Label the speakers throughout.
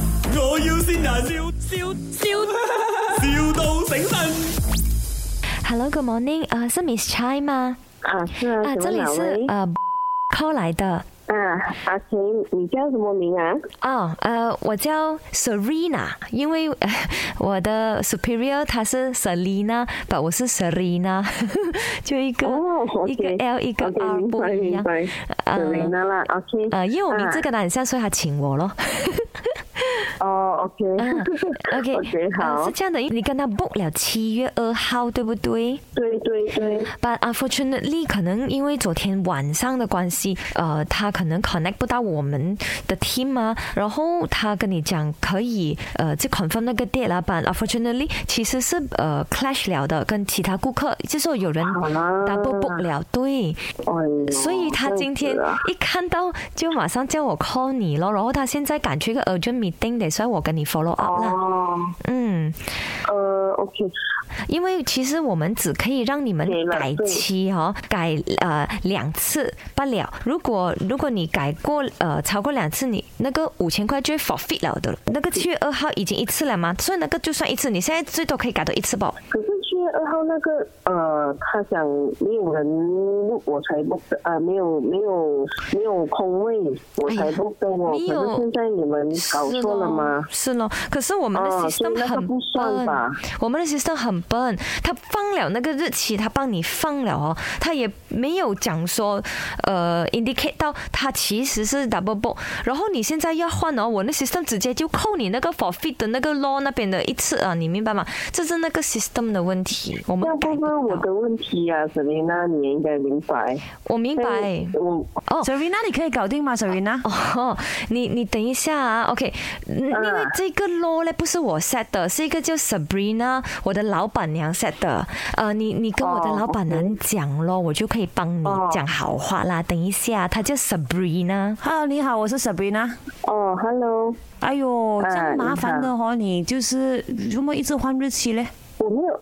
Speaker 1: 要先人，笑笑笑，,笑到醒神。
Speaker 2: Hello，Good morning，呃，是 Miss Chai 吗？
Speaker 3: 啊，是啊，
Speaker 2: 啊，
Speaker 3: 请
Speaker 2: 这
Speaker 3: 问
Speaker 2: 里
Speaker 3: 哪
Speaker 2: 是
Speaker 3: 位？
Speaker 2: 呃 call 来的。
Speaker 3: 啊，阿晴，你叫什么名啊？
Speaker 2: 哦，呃，我叫 Serena，因为、 呃我的 superior 她是 Selina，但我是 Serena，就 一个、
Speaker 3: 哦
Speaker 2: 一个
Speaker 3: ，OK，
Speaker 2: L 一个
Speaker 3: OK，
Speaker 2: R
Speaker 3: 明
Speaker 2: 不
Speaker 3: 白
Speaker 2: 一
Speaker 3: 明
Speaker 2: 样。
Speaker 3: 白，Selena 啦，OK，
Speaker 2: 呃，因为我名字
Speaker 3: 啊
Speaker 2: 跟她很像，所以她请我 咯。
Speaker 3: 哦，OK，
Speaker 2: 嗯 OK，
Speaker 3: OK，
Speaker 2: 呃
Speaker 3: 好
Speaker 2: 是，这样的，你跟她 book 了七月二号，对不对？
Speaker 3: 对对对，
Speaker 2: But unfortunately，可能因为昨天晚上的关系，呃，他可能 connect 不到我们的 team 啊。然后他跟你讲可以，呃，就 confirm 那个 date 啦。But unfortunately，其实是呃 clash 了的，跟其他顾客，就是有人
Speaker 3: 啊
Speaker 2: double book 了，对。
Speaker 3: 哎呦
Speaker 2: 所以他今天
Speaker 3: 这样子啊
Speaker 2: 一看到就马上叫我 call 你咯。然后他现在赶去一个 urgent meeting 的，所以我跟你 follow up 啦。
Speaker 3: 哦，
Speaker 2: 嗯，
Speaker 3: 呃，OK，
Speaker 2: 因为其实我们只可以让你们
Speaker 3: 对了
Speaker 2: 改
Speaker 3: 对
Speaker 2: 期哦，改呃两次不了。如果如果你改过呃超过两次，你那个五千块就会 forfeit 了的。那个七月二号已经一次了嘛，所以那个就算一次，你现在最多可以改到一次吧。
Speaker 3: 可是七月二号那个，呃，他讲没有人 book，我才 book 的，呃，没有没有没有空位，我
Speaker 2: 哎
Speaker 3: 才
Speaker 2: 呀
Speaker 3: book 的哦。可
Speaker 2: 没有
Speaker 3: 是现在你们搞错了吗？
Speaker 2: 是咯？是咯，可是我们的
Speaker 3: 哦
Speaker 2: system
Speaker 3: 所以那个
Speaker 2: 很
Speaker 3: 不算
Speaker 2: 笨，
Speaker 3: 吧
Speaker 2: 我们的 system 很笨，他放了那个日期，他帮你放了哦，他也没有讲说呃 indicate 到他其实是 double book，然后你现在要换哦，我那 system 直接就扣你那个 forfeit 的那个 law 那边的一次啊，你明白吗？这是那个 system 的问题，我们
Speaker 3: 要
Speaker 2: 改
Speaker 3: 不
Speaker 2: 不
Speaker 3: 是我
Speaker 2: 到。
Speaker 3: 的问题啊，沈琳娜，你也应该明白。
Speaker 2: 我明白。
Speaker 3: 我
Speaker 4: Serena，你可以搞定吗？Serena，
Speaker 2: 哦，你你等一下啊，OK，嗯因为这个 law 呢不是我 set 的，是一个叫 Sabrina 我的老板娘 set 的。呃，你你跟我的
Speaker 3: 哦
Speaker 2: 老板娘讲咯，我就可以帮你
Speaker 3: 哦
Speaker 2: 讲好话啦。等一下，她叫 Sabrina。
Speaker 4: Hello，你啊好，我是 Sabrina。
Speaker 3: 哦，Hello，
Speaker 4: 哎呦，
Speaker 3: 哎
Speaker 4: 这样麻烦的哦，你就是怎么一直换日期嘞？
Speaker 3: 我没有，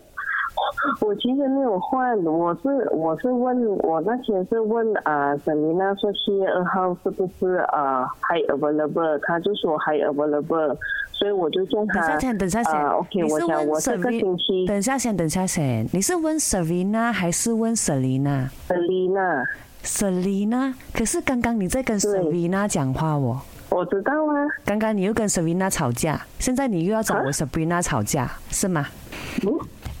Speaker 3: 我其实没有换，我是我是问我那天是问啊，沈琳娜说七月二号是不是啊、还 available，她就说还 available，所以我就叫
Speaker 4: 等
Speaker 3: 她
Speaker 4: 下先，等下先。
Speaker 3: 啊，OK，
Speaker 4: 你
Speaker 3: 我
Speaker 4: 是
Speaker 3: 想
Speaker 4: 问
Speaker 3: 我这个
Speaker 4: Serena-
Speaker 3: 星期
Speaker 4: 等下先，等下先。你是问 Serena 还是问 Selina？Selina，
Speaker 3: 沈琳啊娜，
Speaker 4: 可是刚刚你在跟
Speaker 3: 对
Speaker 4: Serena 讲话哦，
Speaker 3: 我知道 啊，
Speaker 4: 刚刚你又跟 Serena 吵架，现在你又要找我 Sabrina 吵架，是吗？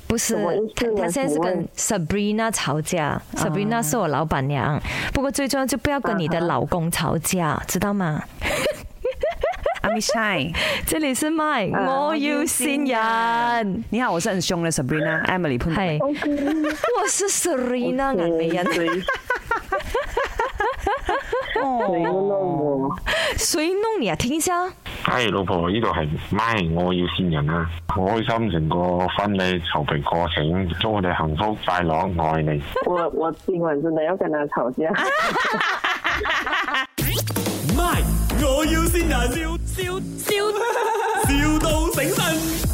Speaker 2: 不是
Speaker 3: 什么意思，啊
Speaker 2: 她
Speaker 3: 我
Speaker 2: 她现在是
Speaker 3: 请
Speaker 2: 跟
Speaker 3: 问
Speaker 2: Sabrina 吵架，Sabrina 是我老板娘。不过最重要就不要跟你
Speaker 3: 啊
Speaker 2: 的老公吵架，知道吗？
Speaker 4: 阿 m i s h i
Speaker 2: 这里是麦，
Speaker 3: 啊
Speaker 2: 我要先人，
Speaker 4: 你好，我是很凶的
Speaker 3: 嗯
Speaker 4: Sabrina，Emily 潘德
Speaker 2: 系，我是 Serena 眼美人。
Speaker 3: 谁谁
Speaker 4: 哦，
Speaker 3: 问我？
Speaker 2: 谁弄你啊？停一下啊。
Speaker 5: 嗨，老婆，呢度係咪我要先人啊！好開心成個婚禮籌備過程，祝我哋幸福快樂，愛你。
Speaker 3: 我我今晚真的要跟她吵架。
Speaker 1: 卖，我要先人，笑笑笑，,笑到醒神。